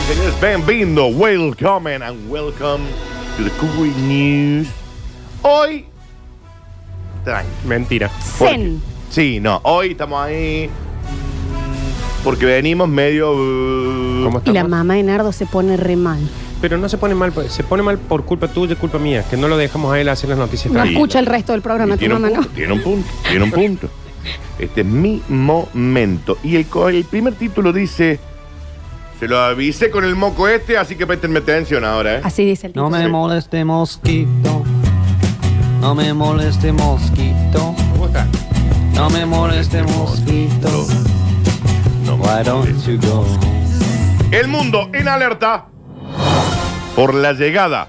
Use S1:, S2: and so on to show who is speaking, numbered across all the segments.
S1: Señores, bienvenido, welcome and welcome to the Cuy News. Hoy, tranqui.
S2: Mentira.
S1: porque-
S3: Zen.
S1: Sí, no, hoy estamos ahí mm, porque venimos medio... uh,
S2: ¿Cómo
S3: Y la
S2: estamos?
S3: mamá de Nardo se pone re mal.
S2: Pero no se pone mal, por- se pone mal por culpa tuya y culpa mía, que no lo dejamos a él hacer las noticias.
S3: No
S1: Tranquilo.
S3: escucha el resto del programa,
S1: Y
S3: tu
S1: tiene, un
S3: mamá, ¿no?
S1: punto, tiene un punto, tiene un punto. Este es mi momento. Y el, co- el primer título dice... Se lo avisé con el moco este, así que prestenme atención ahora, ¿eh?
S3: Así dice el
S4: No
S3: título.
S4: me moleste mosquito. No me moleste mosquito.
S1: ¿Cómo está?
S4: No me moleste mosquito.
S1: No,
S4: Why don't you go?
S1: El mundo en alerta por la llegada.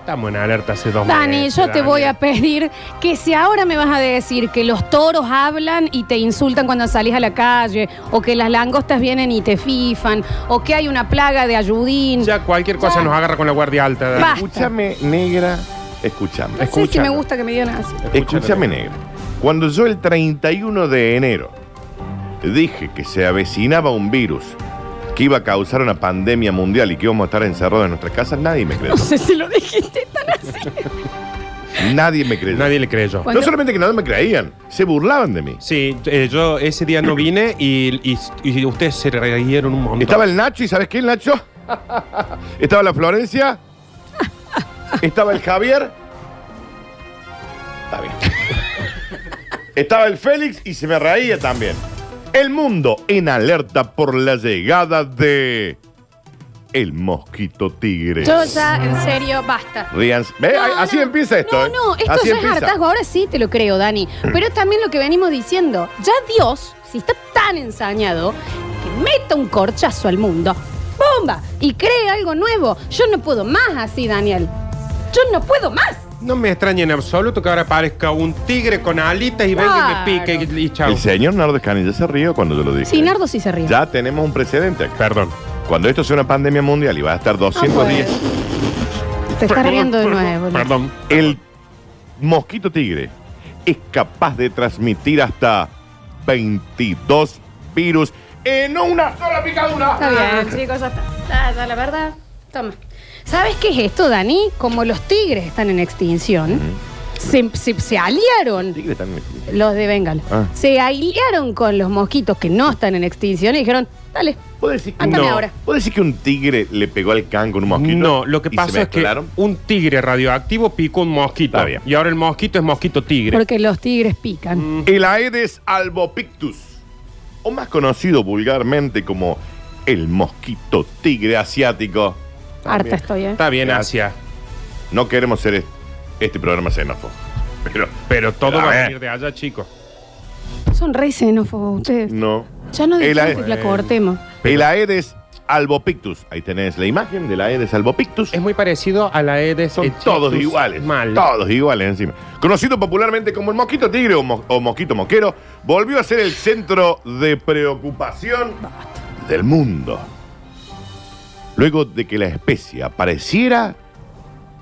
S2: Estamos en alerta hace dos
S3: Dani,
S2: meses,
S3: yo te
S2: Dani.
S3: voy a pedir que si ahora me vas a decir que los toros hablan y te insultan cuando salís a la calle, o que las langostas vienen y te fifan, o que hay una plaga de ayudín.
S2: Ya cualquier cosa
S3: Ya.
S2: nos agarra con la guardia alta. Dani.
S3: Basta.
S1: Escúchame, negra. Escúchame.
S3: no sé si
S2: escúchame.
S3: me gusta que me digan así.
S1: Escúchame, negra. Cuando yo el 31 de enero dije que se avecinaba un virus que iba a causar una pandemia mundial y que íbamos a estar encerrados en nuestras casas, nadie me creyó.
S3: No sé si lo dijiste tan así.
S1: Nadie me creyó.
S2: Nadie le creyó.
S3: Bueno.
S1: No solamente que nadie me creían, se burlaban de mí.
S2: Sí, eh, yo ese día no vine y, y- y ustedes se reyeron un montón.
S1: Estaba el Nacho, ¿y sabes qué, el Nacho? Estaba la Florencia. Estaba el Javier. Está bien. Estaba el Félix y se me reía también. El mundo en alerta por la llegada de. El mosquito tigre.
S3: Yo ya, en serio, basta.
S1: Ríanse. ¿Ve?
S3: No,
S1: Eh, Así
S3: no.
S1: empieza esto.
S3: No,
S1: ¿eh?
S3: no, esto
S1: Así
S3: ya
S1: empieza. Mm.
S3: es hartazgo. Ahora sí te lo creo, Dani. Pero es también lo que venimos diciendo. Ya Dios, si está tan ensañado, que meta un corchazo al mundo. ¡Bomba! Y cree algo nuevo. Yo no puedo más así, Daniel. Yo no puedo más.
S2: No me extraña en absoluto que ahora aparezca un tigre con alitas y venga y me
S3: Claro.
S2: pique y, y chau.
S1: El señor Nardo Escanilla se rió cuando yo lo dije.
S3: Sí, Nardo sí se ríe. Ah,
S1: Ya tenemos un precedente acá.
S2: Perdón.
S1: Cuando esto sea una pandemia mundial y va a estar
S3: No
S1: 200
S3: puedo.
S1: días.
S3: Te está
S2: Perdón,
S3: riendo de
S2: perdón,
S3: nuevo. Nardo.
S2: Perdón.
S1: El mosquito tigre es capaz de transmitir hasta 22 virus en una sola
S3: Está
S1: picadura.
S3: bien, chicos, ya está. Ya, ya, la verdad. Toma. ¿Sabes qué es esto, Dani? Como los tigres están en extinción, se, se- se aliaron.
S1: Tigre también.
S3: Los de Bengal.
S1: Ah.
S3: Se aliaron con los mosquitos que no están en extinción y dijeron, dale.
S1: ¿Puedo decir, que
S3: Ándame
S1: un-
S3: ahora.
S1: ¿Puedo decir que un tigre le pegó al can con un mosquito?
S2: No, lo que
S1: y
S2: pasa
S1: se
S2: es que
S1: mezclaron?
S2: un tigre radioactivo picó un mosquito.
S1: Está bien.
S2: Y ahora el mosquito es mosquito tigre.
S3: Porque los tigres pican.
S1: El Aedes albopictus, o más conocido vulgarmente como el mosquito tigre asiático.
S3: Harta estoy, ¿eh?
S2: Está bien, Asia.
S1: No queremos ser est- este programa xenófobo. Pero
S2: Pero todo
S1: A
S2: va a
S1: ver.
S2: venir de allá, chicos.
S3: Son re xenófobos ustedes.
S1: no.
S3: Ya no
S1: El
S3: dijimos
S1: Aedes-
S3: que la cortemos.
S1: El Aedes albopictus. Ahí tenés la imagen del Aedes albopictus.
S2: Es muy parecido a la Aedes
S1: Son
S2: aegyptus
S1: todos iguales.
S2: Mal.
S1: Todos iguales encima. Conocido popularmente como el mosquito tigre o, mo- o mosquito moquero, volvió a ser el centro de preocupación del mundo. Luego de que la especie apareciera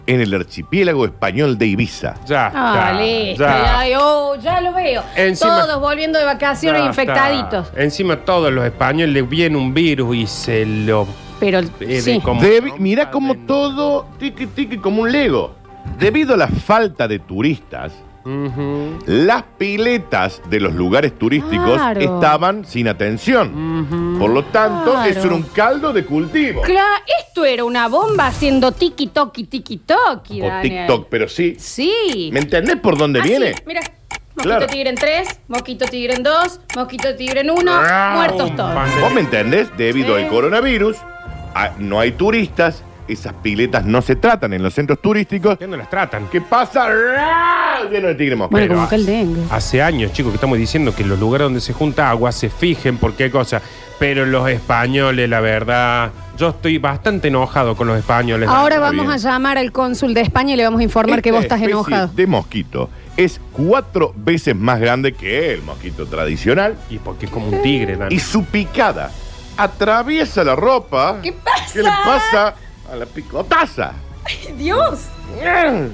S1: en el archipiélago español de Ibiza.
S2: Ya.
S3: Ah,
S2: ya,
S3: listo.
S2: ya.
S3: Ay, oh, ya lo veo.
S2: Encima-
S3: Todos volviendo de vacaciones
S2: Ya
S3: infectaditos.
S2: está. Encima todos los españoles viene un virus y se lo... eh,
S3: Pero
S2: de
S3: sí.
S2: com- Como
S1: Debi-
S2: rompan
S1: mirá como
S2: en-
S1: todo, tiqui tiqui, como un Lego. Debido a la falta de turistas,
S2: Ujú.
S1: Las piletas de los lugares turísticos
S3: Claro.
S1: estaban sin atención. Por lo tanto,
S3: Claro.
S1: eso era un caldo de cultivo.
S3: Claro, esto era una bomba haciendo tiki toki tiki toki,
S1: o
S3: Daniel.
S1: TikTok, pero sí.
S3: Sí.
S1: ¿Me entendés por dónde
S3: Ah,
S1: viene?
S3: sí, Mira. Mosquito
S1: Claro.
S3: tigre en 3, mosquito tigre en 2, mosquito tigre en 1,
S2: Ah,
S3: muertos
S2: un
S3: todos.
S2: pan-
S1: ¿Vos me entendés? Debido
S3: Sí.
S1: al coronavirus, a- no hay turistas, esas piletas no se tratan en los centros turísticos.
S2: ¿Qué no las tratan?
S1: ¿Qué pasa? ¡Ra! Lleno de tigre mosca.
S3: Bueno,
S2: Pero
S3: como que el dengue.
S2: Hace años, chicos, que estamos diciendo que los lugares donde se junta agua se fijen por qué cosa. Pero los españoles, la verdad, yo estoy bastante enojado con los españoles.
S3: Ahora
S1: Está
S3: vamos
S1: bien. Este,
S3: a llamar al cónsul de España y le vamos a informar
S1: Esta
S3: que vos estás
S1: especie
S3: enojado.
S1: De mosquito es cuatro veces más grande que el mosquito tradicional
S2: Y porque es como un tigre, Dani.
S1: y su picada atraviesa la ropa.
S3: ¿Qué pasa?
S1: ¿Qué le pasa a la picotaza?
S3: Dios.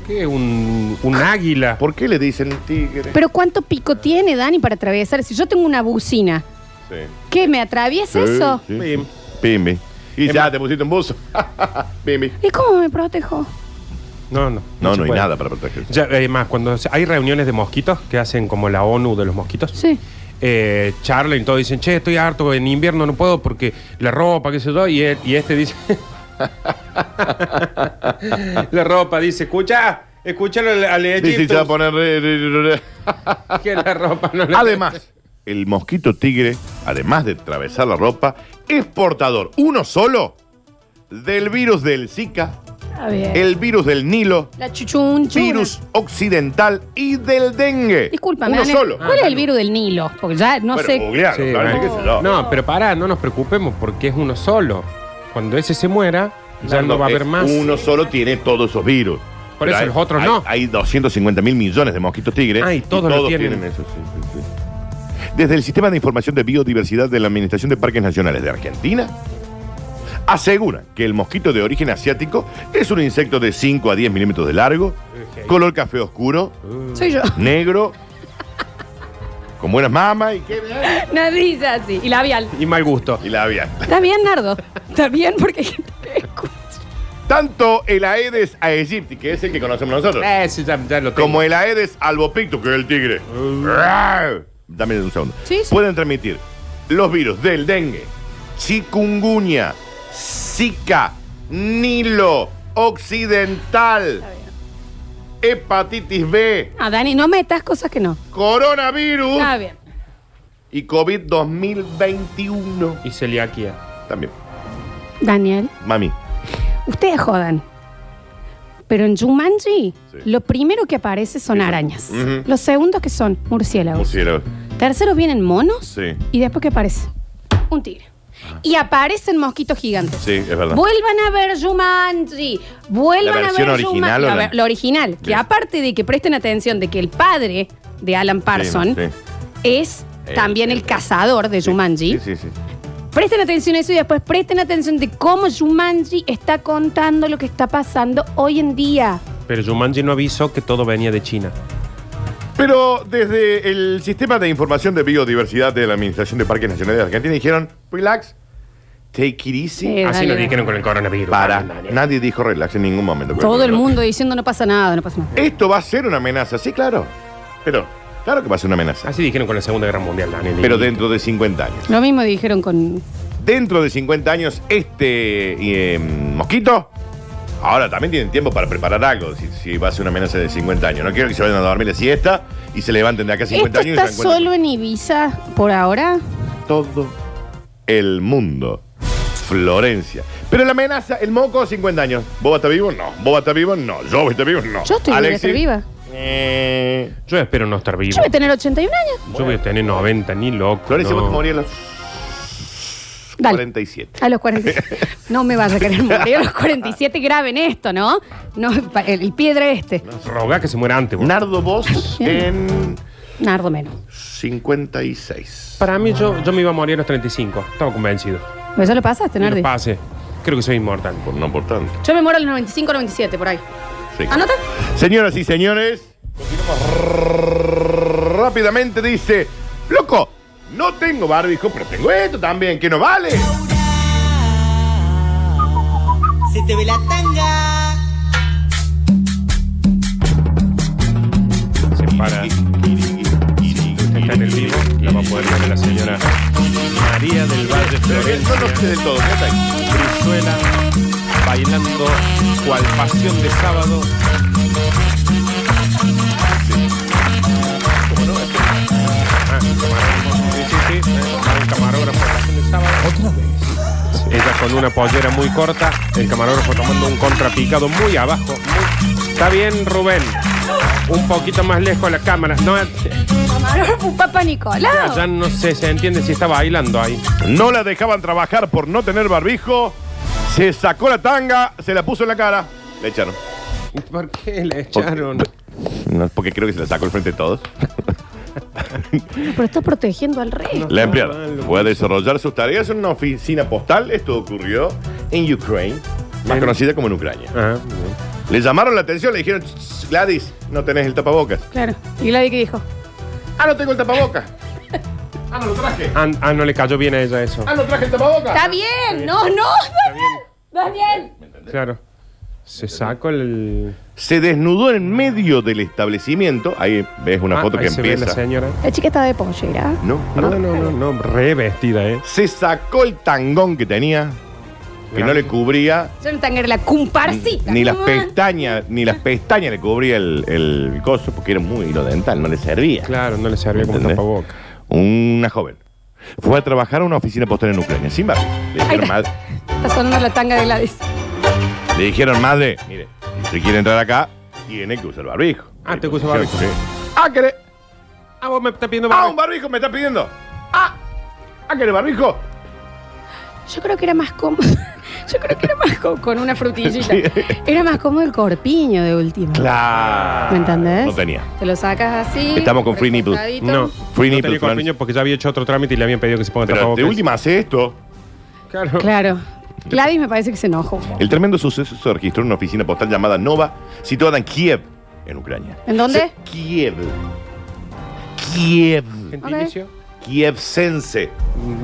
S2: ¿Qué? Un, un
S3: Ah.
S2: águila.
S1: ¿Por qué le dicen tigre?
S3: Pero ¿cuánto pico tiene Dani para atravesar? Si yo tengo una bucina,
S1: Sí.
S3: ¿qué? ¿Me atraviesa eso?
S1: Sí, sí.
S2: Pim.
S1: Pimbi. Y
S2: Es
S1: ya
S2: más-
S1: te pusiste un buzo. Pimbi.
S3: ¿Y cómo me protejo?
S2: No, no.
S1: No,
S2: se
S1: no hay
S2: puede.
S1: nada para protegerse.
S2: Ya, además, cuando se- hay reuniones de mosquitos que hacen como la ONU de los mosquitos.
S3: Sí.
S2: Eh, charlan y todo dicen, che, estoy harto, en invierno no puedo porque la ropa, qué sé yo, y, él- y este dice. la ropa dice, escucha, escúchalo al, al
S1: Sí, sí, se va a
S2: Egipto.
S1: poner re- re- re- re-
S2: que la ropa no le-
S1: Además, el mosquito tigre, además de atravesar la ropa, es portador, uno solo, del virus del Zika,
S3: Está bien.
S1: el virus del Nilo,
S3: La chuchunchuna.
S1: virus occidental y del dengue.
S3: Discúlpame,
S1: uno
S3: Daniel,
S1: solo.
S3: ¿Cuál es el virus del Nilo? Porque ya no
S1: bueno,
S3: sé.
S1: googlealo,
S2: Sí,
S1: claro,
S2: bueno.
S1: qué sé yo.
S2: No, pero pará, no nos preocupemos porque es uno solo. Cuando ese se muera, ya no,
S1: Fernando,
S2: va a
S1: es
S2: haber más.
S1: Uno solo tiene todos esos virus.
S2: Por
S1: Pero
S2: eso
S1: hay-
S2: los otros
S1: hay-
S2: no.
S1: Hay 250 mil millones de mosquitos tigres.
S2: Ah, y todos lo tienen.
S1: eso, sí, sí, sí. Desde el Sistema de Información de Biodiversidad de la Administración de Parques Nacionales de Argentina, aseguran que el mosquito de origen asiático es un insecto de 5 a 10 milímetros de largo,
S2: Ok.
S1: color café oscuro,
S3: Soy yo.
S1: negro, con buenas mamas y, qué-
S3: Nadie así. Y labial.
S2: Y mal gusto.
S1: y labia.
S3: Está bien, Nardo. Está bien porque hay gente que escucha.
S1: Tanto el Aedes aegypti, que es el que conocemos nosotros,
S2: Ese ya, ya lo tengo.
S1: Como el Aedes albopictus, que es el tigre. ¡Rar! Dame un segundo.
S3: Sí, sí.
S1: Pueden transmitir los virus del dengue, chikungunya, zika, nilo, occidental, hepatitis B,
S3: Ah, Dani, no metas cosas que no.
S1: coronavirus
S3: Está bien.
S1: y COVID 2021.
S2: Y celiaquía.
S1: También.
S3: Daniel,
S1: Mami.
S3: ustedes jodan. Pero en Jumanji,
S1: Sí.
S3: lo primero que aparece son arañas.
S1: Ujú.
S3: Los segundos que son murciélagos.
S1: Murciélago.
S3: Terceros vienen monos.
S1: Sí.
S3: Y después que aparece un tigre. Y aparecen mosquitos gigantes.
S1: Ah. Sí, es verdad.
S3: Vuelvan a ver Jumanji. Vuelvan
S1: ¿La
S3: a
S1: versión
S3: ver
S1: original
S3: Jumanji.
S1: o la-
S3: La, la original. Que
S1: Bien.
S3: aparte de que presten atención de que el padre de Alan Parson
S1: sí.
S3: es
S1: Eh,
S3: también
S1: eh,
S3: el cazador de
S1: Sí,
S3: Jumanji.
S1: Sí, sí, sí.
S3: Presten atención a eso y después presten atención de cómo Jumanji está contando lo que está pasando hoy en día.
S2: Pero Jumanji no avisó que todo venía de China.
S1: Pero desde el Sistema de Información de Biodiversidad de la Administración de Parques Nacionales de Argentina dijeron, relax, take it easy.
S3: Eh,
S2: Así
S3: dale,
S2: lo
S3: dale.
S2: dijeron con el coronavirus.
S1: Para.
S2: Daniel.
S1: Nadie dijo relax en ningún momento.
S3: Todo el mundo diciendo no pasa nada, no pasa nada.
S1: Esto va a ser una amenaza, sí, claro. Pero, claro que va a ser una amenaza.
S2: Así dijeron con la Segunda Guerra Mundial, Daniel.
S1: Pero dentro de 50 años.
S3: Lo mismo dijeron con...
S1: Dentro de 50 años, este eh, mosquito. Ahora también tienen tiempo para preparar algo, si, si va a ser una amenaza de 50 años. No quiero que se vayan a dormir la siesta y se levanten de acá a 50
S3: ¿Esto
S1: años y
S3: está
S1: se dan cuenta
S3: solo en Ibiza por ahora?
S1: todo el mundo. Florencia. Pero la amenaza, el moco, 50 años. ¿Boba está vivo? No. ¿Boba está vivo? No. ¿Yo voy a estar vivo? No.
S3: Yo estoy
S1: Alexis.
S3: estar viva.
S1: Eh,
S2: Yo espero no estar vivo.
S3: Yo voy a tener 81 años.
S2: Yo voy a tener 90, ni loco.
S1: Florencia,
S2: no.
S1: vos te morías a los
S3: Dale.
S1: 47.
S3: A los 47. No me vas a querer morir a los 47. Graben esto, ¿no? no pa- el, el piedra este.
S2: Rogá que se muera antes. vos.
S1: Nardo Vos en
S3: Nardo menos.
S1: 56.
S2: Para mí, yo, yo me iba a morir a los 35. Estaba convencido.
S3: Pero ya lo pasaste,
S2: No
S3: Nardi.
S2: pase. Creo que soy inmortal.
S1: Por no por tanto.
S3: Yo me muero a los 95, 97, por ahí.
S1: Sí.
S3: ¿Anota?
S1: Señoras y señores, continuamos rrrr- rápidamente. Dice, loco, no tengo barbijo, pero tengo esto también, que no vale.
S5: Se te ve la tanga.
S2: Se para. Está en el vivo, la va a poder poner la señora María del Valle
S1: Pero que no lo sé
S2: Florencia
S1: del todo, ¿qué tal?
S2: Brizuela, bailando cual pasión de sábado. ¿Cómo no? Este- Ah, camarógrafo. Sí, sí, sí, para el camarógrafo, pasión de sábado. Ella con una pollera muy corta, el camarógrafo tomando un contrapicado muy abajo. muy- Está bien, Rubén. Un poquito más lejos la cámara. No,
S3: Camarógrafo, Papá Nicolás.
S2: ya no sé, se entiende si está bailando ahí.
S1: No la dejaban trabajar por no tener barbijo. Se sacó la tanga, se la puso en la cara. Le echaron.
S2: ¿Por qué le echaron?
S1: No, porque creo que se la sacó al frente de todos.
S3: Pero está protegiendo al rey.
S1: La empleada fue a desarrollar sus tareas en una oficina postal. Esto ocurrió en Ukraine, más conocida como en Ucrania.
S2: Ah,
S1: Le llamaron la atención, le dijeron, "Tss, Gladys, no tenés el tapabocas.
S3: Claro. Y Gladys que dijo.
S1: Ah, no tengo el tapabocas. Ah, no lo traje.
S2: ah, ah, no le cayó bien a ella eso.
S1: Ah, no traje el tapabocas.
S3: Está bien. No, no. Daniel. Daniel.
S2: Claro. Se sacó el.
S1: Se desnudó en medio del establecimiento. Ahí ves una
S2: Ah,
S1: foto
S2: ahí
S1: que
S2: se ve la
S1: empieza.
S2: señora.
S3: La chica estaba de pollera.
S1: No,
S2: No,
S1: perdón.
S2: no, no, no, re vestida, ¿eh?
S1: Se sacó el tangón que tenía, que
S2: Mirá.
S1: no le cubría
S3: Yo no tengo la comparcita.
S1: ni las
S3: Ah.
S1: pestañas, ni las pestañas le cubría el, el coso, porque era muy hilo dental, no le servía.
S2: Claro, no le servía como
S1: ¿Entendés?
S2: tapaboca.
S1: Una joven. Fue a trabajar a una oficina postal en Ucrania, sin barrio. Le dijeron,
S3: Ay,
S1: madre,
S3: Está sonando la tanga de Gladys.
S1: le dijeron, madre, mire, si usted quiere entrar acá, tiene que usar barbijo.
S2: Ah, te usa barbijo.
S1: Sí. Ah, ¿querés?
S2: Ah, vos me estás pidiendo
S1: Ah, un barbijo me está pidiendo. Ah, ah, ¿querés barbijo?
S3: Yo creo que era más cómodo. Yo creo que era más cómodo con una frutillita.
S1: Sí.
S3: Era más cómodo el corpiño de último.
S1: Claro.
S3: ¿Me entendés?
S1: No tenía.
S3: Te lo sacas así.
S1: Estamos
S3: por
S1: con
S3: el
S1: free nipple.
S3: costadito.
S2: No,
S1: Free
S2: no
S1: nipple,
S2: tenía corpiño porque ya había hecho otro trámite y le habían pedido que se ponga
S1: Pero
S2: tapabocas.
S1: de última hace esto.
S2: Claro.
S3: Claro. Gladys me parece que se enojó.
S1: El tremendo suceso se registró en una oficina postal llamada Nova, situada en Kiev, en Ucrania.
S3: ¿En dónde?
S1: Se- Kiev. Kiev.
S2: Gentilicio.
S1: Kievsense.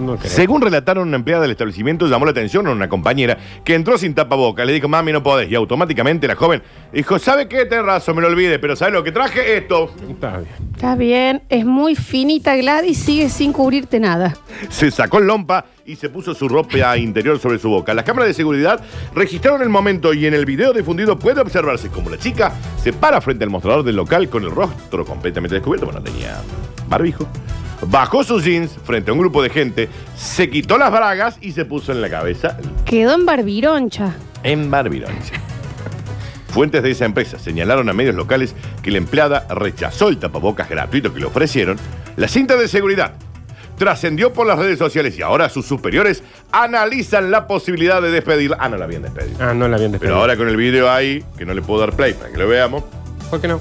S2: No creo.
S1: Según relataron una empleada del establecimiento, llamó la atención a una compañera que entró sin tapaboca. Le dijo, mami, no podés. Y automáticamente la joven dijo, ¿sabe qué? Tenés razón, me lo olvidé, pero ¿sabe lo que traje? Esto.
S2: Está bien.
S3: Está bien. Es muy finita Gladys. Sigue sin cubrirte nada.
S1: Se sacó el lompa y se puso su ropa interior sobre su boca. Las cámaras de seguridad registraron el momento y en el video difundido puede observarse como la chica se para frente al mostrador del local con el rostro completamente descubierto. Bueno, tenía barbijo. Bajó sus jeans frente a un grupo de gente, se quitó las bragas y se puso en la cabeza
S3: Quedó en barbironcha.
S1: en Barbilonia. Fuentes de esa empresa señalaron a medios locales que la empleada rechazó el tapabocas gratuito que le ofrecieron, la cinta de seguridad. Trascendió por las redes sociales y ahora sus superiores analizan la posibilidad de despedirla. Ah, no la habían despedido.
S2: Ah, no la habían despedido.
S1: Pero ahora con el video ahí, que no le puedo dar play para que lo veamos.
S2: ¿Por qué no?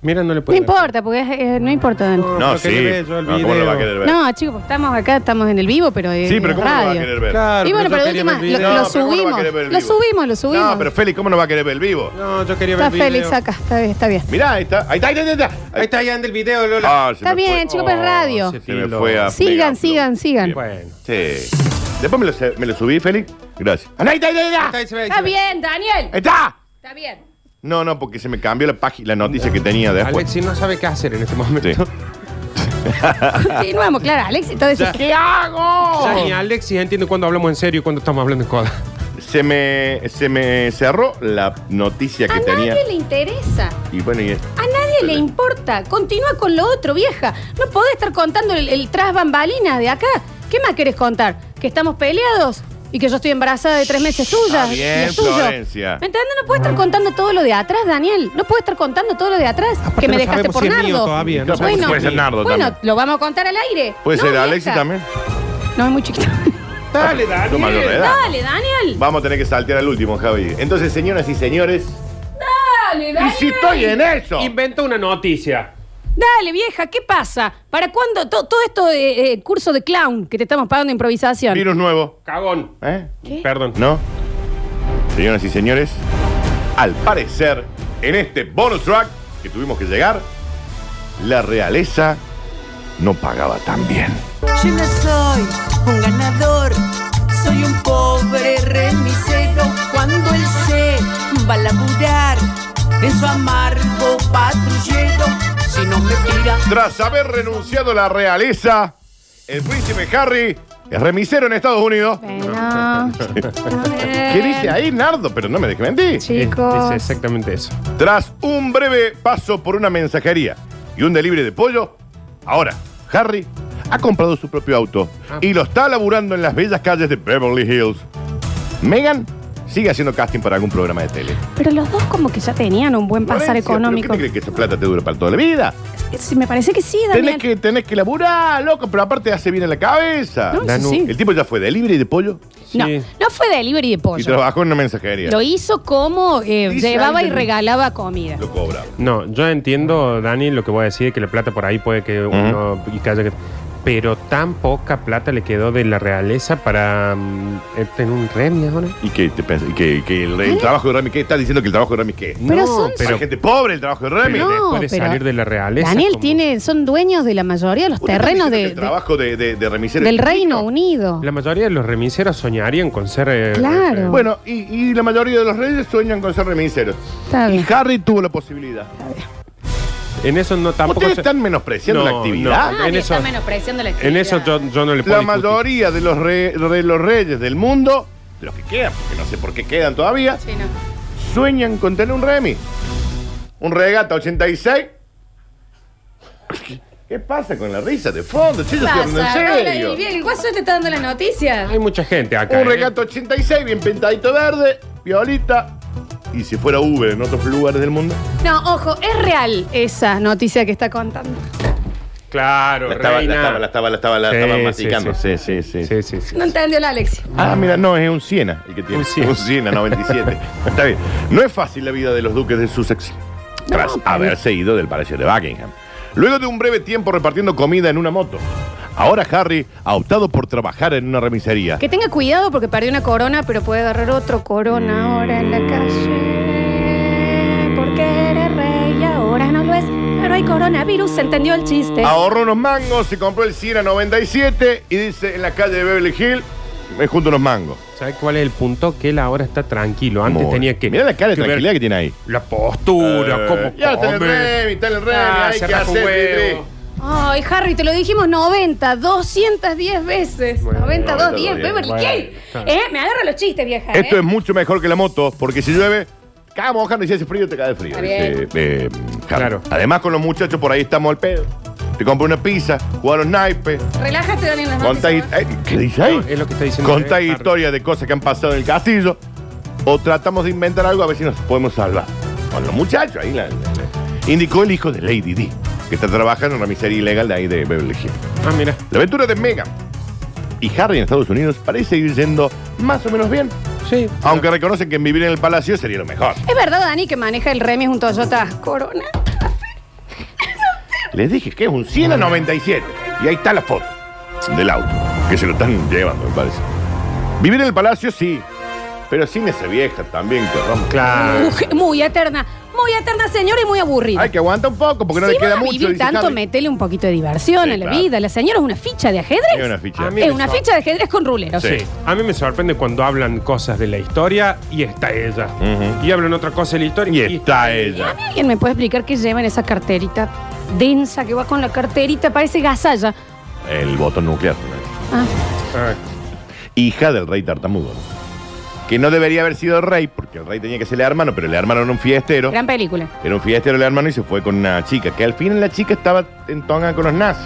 S2: Mira, no le
S3: No
S2: puedo.
S3: importa, porque es- eh, no importa. Dani.
S1: No,
S2: pero que
S1: sí.
S2: le ve yo el
S1: No, ¿Cómo lo va a
S2: video.
S1: querer ver?
S3: No, chicos, porque estamos acá, estamos en el vivo, pero es
S1: sí, pero ¿cómo
S3: radio.
S1: lo va a querer ver?
S2: Claro,
S3: Y bueno, pero
S2: yo
S3: de
S2: quería ver
S3: última,
S2: el
S3: lo,
S2: video.
S3: lo
S1: No, pero ¿cómo no va a
S3: subimos.
S1: querer ver el
S3: Lo
S1: vivo?
S3: subimos, lo subimos.
S1: No, pero Félix, ¿cómo no va a querer ver el vivo?
S2: No, yo quería ver
S3: está
S2: el video.
S3: Félix acá, está bien, está bien.
S1: Mirá, ahí está. Ahí está, ahí está, ahí está.
S2: Ahí está, ya anda el video,
S1: Ah,
S2: Lola.
S1: se
S3: Está
S1: me fue.
S3: bien, chicos, pero es radio.
S2: sí.
S1: Se me fue a
S3: Sigan,
S1: Megaflow.
S3: sigan, sigan.
S2: Bueno.
S1: Sí. Después me lo, se- me lo subí, Félix. Gracias. ¡Ah, no, ahí está, ahí está, ahí está!
S2: Ahí se ve, ahí
S3: Está
S2: se ve.
S3: bien, Daniel.
S1: ¡Ahí está!
S3: Está bien.
S1: No, no, porque se me cambió la página, la noticia que tenía después.
S2: Alexis no sabe qué hacer en este momento.
S1: Sí.
S3: Continuamos, claro. Alexis está desesperado.
S1: ¿Qué
S2: Ya
S3: Oh.
S2: ni
S1: hago?
S2: Alexis entiende cuando hablamos en serio y cuando estamos hablando en coda.
S1: Se me, se me cerró la noticia que
S3: A
S1: tenía.
S3: nadie le interesa.
S1: Y bueno, y es-
S3: A nadie le importa. Continúa con lo otro, vieja. No podés estar contando el, el tras bambalinas de acá. ¿Qué más querés contar? ¿Que estamos peleados? Y que yo estoy embarazada de tres meses tuya.
S1: Está
S3: y
S1: bien,
S3: es tuyo.
S1: Florencia.
S3: ¿Me entiendes? No puedes estar contando todo lo de atrás, Daniel. No puedes estar contando todo lo de atrás.
S2: Aparte,
S3: que me
S2: no
S3: dejaste
S2: sabemos
S3: por
S2: si es
S3: Nardo.
S2: mío todavía, no
S1: Claro,
S2: sabemos
S1: porque
S2: si
S1: puede ser Nardo
S3: bueno,
S1: también.
S3: lo vamos a contar al aire.
S1: Puede
S3: No,
S1: ser
S3: vieja.
S1: Alexis también.
S3: No, es muy chiquito.
S2: Dale,
S1: Yo mayor de edad.
S3: Dale, Daniel.
S1: Vamos a tener que saltear al último, Javi. Entonces, señoras y señores.
S3: Dale,
S1: ¡Y
S3: Daniel.
S1: si estoy en eso!
S2: Inventa una noticia.
S3: Dale, vieja, ¿qué pasa? ¿Para cuándo to- todo esto de eh, curso de clown que te estamos pagando de improvisación?
S1: Virus nuevo.
S2: Cagón.
S1: ¿Eh?
S3: ¿Qué?
S2: Perdón.
S1: ¿No? Señoras y señores, al parecer, en este bonus track que tuvimos que llegar, la realeza no pagaba tan bien.
S6: Yo no soy un ganador, soy un pobre remisero. Cuando él se va a laburar en su amargo patrullero, si no me tira.
S1: Tras haber renunciado a la realeza, el príncipe Harry es remisero en Estados Unidos.
S3: Bueno. a ver.
S1: ¿Qué dice ahí, Nardo? Pero no me dejes mentir.
S3: Chicos.
S2: Dice exactamente eso.
S1: Tras un breve paso por una mensajería y un delivery de pollo, ahora Harry ha comprado su propio auto y lo está laburando en las bellas calles de Beverly Hills. Meghan sigue haciendo casting para algún programa de tele.
S3: Pero los dos como que ya tenían un buen pasar
S1: Florencia, ¿pero
S3: económico.
S1: ¿Qué te crees que esta plata te dura para toda la vida?
S3: Sí, me parece que sí, Daniel.
S1: Tenés que, tenés que laburar, loco, pero aparte hace bien en la cabeza.
S3: No, eso
S2: Danu,
S3: sí.
S1: El tipo ya fue delivery de pollo
S3: No,
S2: Sí.
S3: no fue delivery de
S1: y
S3: pollo.
S1: trabajó en una mensajería.
S3: Lo hizo como eh,
S1: Dice
S3: llevaba y
S1: alguien-
S3: regalaba comida.
S1: Lo cobraba.
S2: No, yo entiendo, Dani, lo que voy a decir, que la plata por ahí puede que uno y que haya que- Pero tan poca plata le quedó de la realeza para mm, eh, tener un Remy ahora.
S1: ¿Y qué te pensás? ¿Y qué- qué el,
S3: ¿Eh?
S1: el trabajo de Remy qué? ¿Estás diciendo que el trabajo de Remy qué?
S3: Pero son-
S1: Hay gente pobre el trabajo de Remy.
S3: No,
S2: después de
S3: pero-
S2: salir de la realeza.
S3: Daniel
S2: como-
S3: tiene, son dueños de la mayoría de los
S1: ¿Usted está
S3: terrenos
S1: diciendo que
S3: de-
S1: El
S3: de-
S1: trabajo de, de, de remisero
S3: del
S1: es
S3: Reino
S1: digno?
S3: Unido.
S2: La mayoría de los remiseros soñarían con ser. eh,
S3: Claro.
S2: eh,
S1: Bueno, y, y la mayoría de los reyes sueñan con ser remiseros.
S3: Está
S1: Y
S3: bien.
S1: Harry tuvo la posibilidad.
S2: eh, en eso no tampoco.
S1: Ustedes
S2: se-
S1: están menospreciando
S2: No,
S1: la actividad.
S2: no. en
S3: Nadie Ah, está
S2: eso-
S3: menospreciando la
S2: En eso yo,
S3: actividad.
S2: yo no le puedo.
S1: La
S2: discutir.
S1: mayoría de los, re- de los reyes del mundo, de los que quedan, porque no sé por qué quedan todavía,
S3: Sí, no.
S1: sueñan con tener un Remy. Un regata 86. ¿Qué pasa con la risa de fondo? Che, yo estoy hablando en
S3: Pasa,
S1: serio.
S3: el, el guaso te está dando las noticias.
S2: Hay mucha gente acá.
S1: Un
S2: ¿eh?
S1: regata 86, bien pintadito verde, violita. Y si fuera Uber en otros lugares del mundo.
S3: No, ojo, es real esa noticia que está contando.
S2: Claro,
S1: La estaba,
S2: reina.
S1: la estaba, la estaba, la estaba, la
S2: Sí,
S1: estaba
S2: sí,
S1: masticando.
S2: sí.
S1: sí, sí.
S2: Sí, sí, sí.
S3: No entendió la Alexia.
S1: Ah, mira, no, es un Siena el que tiene.
S2: Un Siena.
S1: 97. Está bien. No es fácil la vida de los duques de Sussex tras
S3: No,
S1: haberse ido del palacio de Buckingham. Luego de un breve tiempo repartiendo comida en una moto, ahora Harry ha optado por trabajar en una remisería.
S3: Que tenga cuidado porque perdió una corona, pero puede agarrar otro corona ahora en la calle. Porque eres rey y ahora no lo es. Pero hay coronavirus, ¿se entendió el chiste?
S1: Ahorró unos mangos, se compró el Siena 97 y dice en la calle de Beverly Hill, me junto unos mangos.
S2: ¿Sabes cuál es el punto? Que él ahora está tranquilo. Antes
S1: Muy
S2: tenía
S1: bien.
S2: que.
S1: Mirá la cara de
S2: que ver
S1: tranquilidad que tiene ahí.
S2: La postura,
S1: Eh,
S2: cómo
S1: Ya está en el
S2: come.
S1: Remy, está en el Remy,
S2: Ah,
S1: hay
S2: se
S1: que
S2: raspa un
S1: hacer.
S2: huevo.
S1: Petri.
S3: Ay, Harry, te lo dijimos 90, 210 veces. 90, 210,
S1: 90,
S3: Beverly
S2: bueno,
S3: Hills.
S2: está
S3: ¿Eh? Me agarra los chistes, vieja.
S1: Esto
S3: ¿eh?
S1: es mucho mejor que la moto, porque si llueve, cada mojando y si hace frío, te cae de frío.
S3: Está bien.
S1: dice, eh, Harry.
S2: Claro.
S1: Además, con los muchachos por ahí estamos al pedo. Te compré una pizza, jugaron naipes,
S3: Relájate, Dani, en las
S1: contás.
S3: noticias.
S1: hi- eh, ¿Qué dice ahí?
S2: No, es lo que está diciendo eh,
S1: Contás
S2: Harry.
S1: historias de cosas que han pasado en el castillo. O tratamos de inventar algo a ver si nos podemos salvar. Con los muchachos, ahí la- la- la- Indicó el hijo de Lady D, que está trabajando en una miseria ilegal de ahí de Beverly Hills.
S2: Ah, mira.
S1: La aventura de Megan y Harry en Estados Unidos parece ir yendo más o menos bien.
S2: Sí.
S1: Aunque reconocen que vivir en el palacio sería lo mejor.
S3: Es verdad, Dani, que maneja el Remy es un Toyota Corona.
S1: Les dije que es un 100 a 97. Y ahí está la foto del auto. Que se lo están llevando, me parece. Vivir en el palacio, sí. Pero sin esa vieja también, que vamos.
S2: Claro.
S3: Mujer- Muy eterna. Muy eterna, señora, y muy aburrida.
S1: Hay que aguantar un poco porque no
S3: si
S1: le queda
S3: vas a
S1: mucho.
S3: vivir
S1: dice
S3: tanto,
S1: Harry.
S3: metele un poquito de diversión
S1: Sí,
S3: a la
S1: claro.
S3: vida. La señora es una ficha de
S1: Es una
S3: ajedrez.
S1: ficha.
S2: A mí-
S3: Es una
S2: Sí.
S3: ficha de ajedrez con ruleros.
S2: Sí. A mí me sorprende cuando hablan cosas de la historia y está ella.
S1: Ujú.
S2: Y hablan otra cosa de la historia
S1: Y está ella.
S3: A mí alguien me puede explicar qué lleva en esa carterita densa que va con la carterita, parece gasalla.
S1: El botón nuclear.
S3: Ah,
S2: Ah,
S1: Hija del rey tartamudo. Que no debería haber sido rey, porque el rey tenía que ser el hermano, pero le armaron un fiestero.
S3: gran película.
S1: Era un fiestero el hermano y se fue con una chica. Que al fin la chica estaba en tonga con los nazis.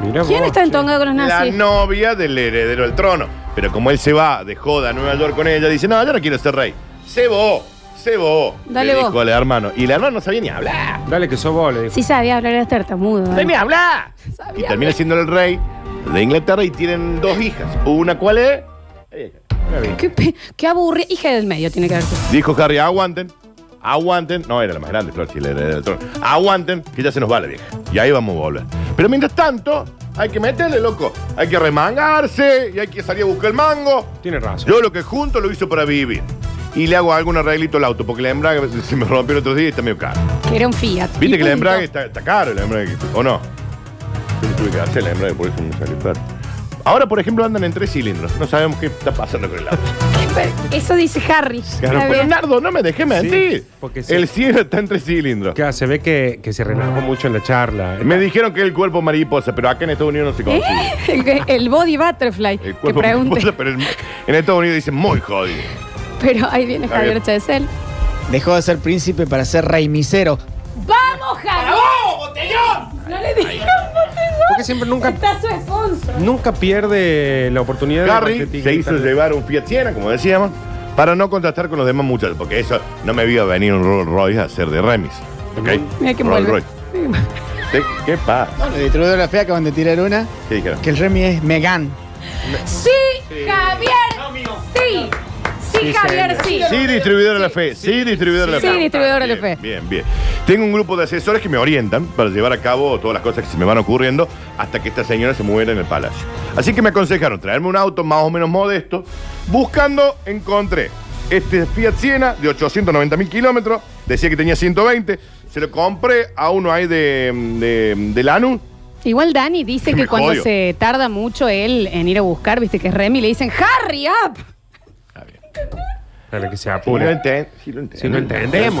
S2: mira
S3: ¿Quién
S2: vos,
S3: está en
S2: che.
S3: tonga con los
S1: La
S3: nazis?
S1: novia del heredero del trono. Pero como él se va de joda a Nueva York con ella, dice, no, yo no quiero ser rey. Se vos, se vos.
S3: Dale
S1: le
S3: vos. Ah,
S1: dijo al hermano. Y el hermano no sabía ni hablar.
S2: Dale que sos vos, le dijo.
S3: Sí sabía hablar de tartamudo.
S1: No sabía ni hablar. Y termina siendo el rey de Inglaterra y tienen dos hijas. Una cuál es.
S3: Qué, pe- qué aburrida. Hija del medio tiene que verse.
S1: Dijo Harry, aguanten. Aguanten, no era la más grande, Flor, sí, la heredera del trono. Aguanten, que ya se nos va la vieja. Y ahí vamos a volver. Pero mientras tanto, hay que meterle, loco. Hay que remangarse y hay que salir a buscar el mango.
S2: Tiene razón.
S1: Yo lo que junto lo hizo para vivir. Y le hago algún arreglito al auto, porque la embrague se me rompió el otro día y está medio caro.
S3: Que era un Fiat.
S1: Viste
S3: Y
S1: que la
S3: punto.
S1: embrague está, está caro, la embrague, ¿o no? Yo le tuve que hacer la embrague, por eso me salió caro. Ahora, por ejemplo, andan en tres cilindros. No sabemos qué está pasando con el auto.
S3: Eso dice Harry.
S1: Claro,
S3: Está
S1: pero
S3: bien.
S1: Nardo, no me dejé mentir.
S2: pues. porque sí.
S1: El cielo está en tres cilindros.
S2: Claro, se ve que, que se relajó mucho en la charla.
S1: Me dijeron que el cuerpo mariposa, pero acá en Estados Unidos no se consigue.
S3: El- El body butterfly.
S1: El
S3: ¿Eh? que
S1: cuerpo
S3: pregunte.
S1: mariposa, pero en, en Estados Unidos dicen muy jodido.
S3: Pero ahí viene
S1: Está
S3: Javier
S1: bien.
S3: Chesel.
S7: Dejó de ser príncipe para ser rey misero.
S3: ¡Vamos, Javier! botellón! No le digas botellón.
S2: Porque siempre nunca,
S3: Está su sponsor.
S2: nunca pierde la oportunidad
S1: Gary
S2: de
S1: se hizo llevar un Fiat Siena, como decíamos, para no contrastar con los demás muchachos, porque eso no me vio venir un Rolls Royce a hacer de remis. ¿Ok?
S3: Mira que
S1: Rolls
S3: vuelve.
S1: Royce. Sí, ¿Qué pasa?
S7: Los distribuidores de la fea acaban de tirar una.
S1: ¿Qué dijeron?
S7: Que el Remy es Megan.
S3: Sí, Javier. Sí. Sí, Javier, sí.
S1: Sí, distribuidor de la fe. Sí, distribuidor de la
S3: Sí,
S1: fe.
S3: distribuidor de la
S1: Bien,
S3: fe.
S1: Bien, bien. Tengo un grupo de asesores que me orientan para llevar a cabo todas las cosas que se me van ocurriendo hasta que esta señora se muera en el palacio. Así que me aconsejaron traerme un auto más o menos modesto. Buscando, encontré este Fiat Siena de 890 mil kilómetros. Decía que tenía 120. Se lo compré a uno ahí de, de, de Lanús.
S3: Igual Dani dice
S1: Que
S3: que
S1: me
S3: cuando
S1: jodió.
S3: se tarda mucho él en ir a buscar, viste que es Remy, le dicen ¡Harry up!
S2: Para que se
S1: Si lo
S2: apure.
S1: enten- si lo enten-
S2: Si no entendemos,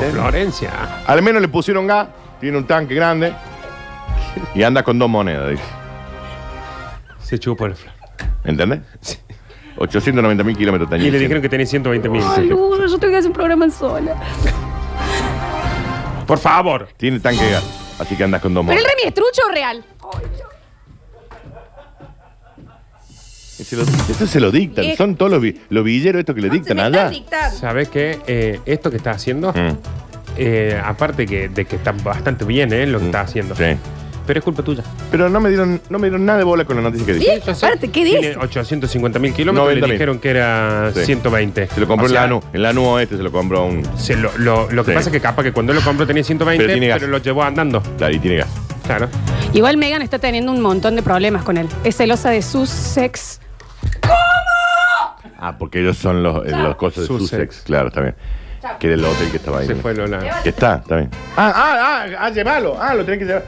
S1: si lo enten-
S2: Florencia.
S1: Al menos le pusieron gas, tiene un tanque grande y anda con dos monedas, dice.
S2: Se chupó el flor.
S1: ¿Entendés? 890 mil kilómetros tenía.
S2: Y le dijeron que tenía 120 mil.
S3: Ay, Lourdes, yo tengo que hacer un programa sola.
S2: Por favor.
S1: Tiene tanque de gas, así que andas con dos
S3: Pero el
S1: monedas.
S3: Remy es trucho o real.
S1: Se lo- Esto se lo dictan,
S3: Eh,
S1: son todos los, vi- los villeros estos que le dictan allá.
S2: ¿Sabes qué? Eh, esto que está haciendo,
S1: Mm.
S2: eh, aparte que, de que está bastante bien eh, lo que está haciendo,
S1: Mm. Sí.
S2: pero es culpa tuya.
S1: Pero no me dieron, no me dieron nada de bola con la noticia que dije.
S3: ¿Y? Aparte, ¿qué dice?
S2: Tiene 850 mil kilómetros, le
S1: 90.000.
S2: dijeron que era
S1: Sí.
S2: 120.
S1: Se lo compró
S2: O sea,
S1: en Lanús, en Lanús Oeste se lo compró a un.
S2: se lo, lo- lo que
S1: Sí.
S2: pasa es que capaz que cuando lo compró tenía 120,
S1: Pero tiene
S2: pero,
S1: gas.
S2: lo llevó andando.
S1: Claro, y tiene gas.
S2: Claro.
S3: Igual Megan está teniendo un montón de problemas con él. Es celosa de sus sex.
S1: Ah, porque ellos son los, eh, los cosas de
S2: Sussex.
S1: Sussex, claro, está bien. Que del hotel que estaba ahí.
S2: Se fue Lola.
S1: Que está, está bien. Ah, ah, ah, ah, llévalo. Ah, lo tenés que llevar.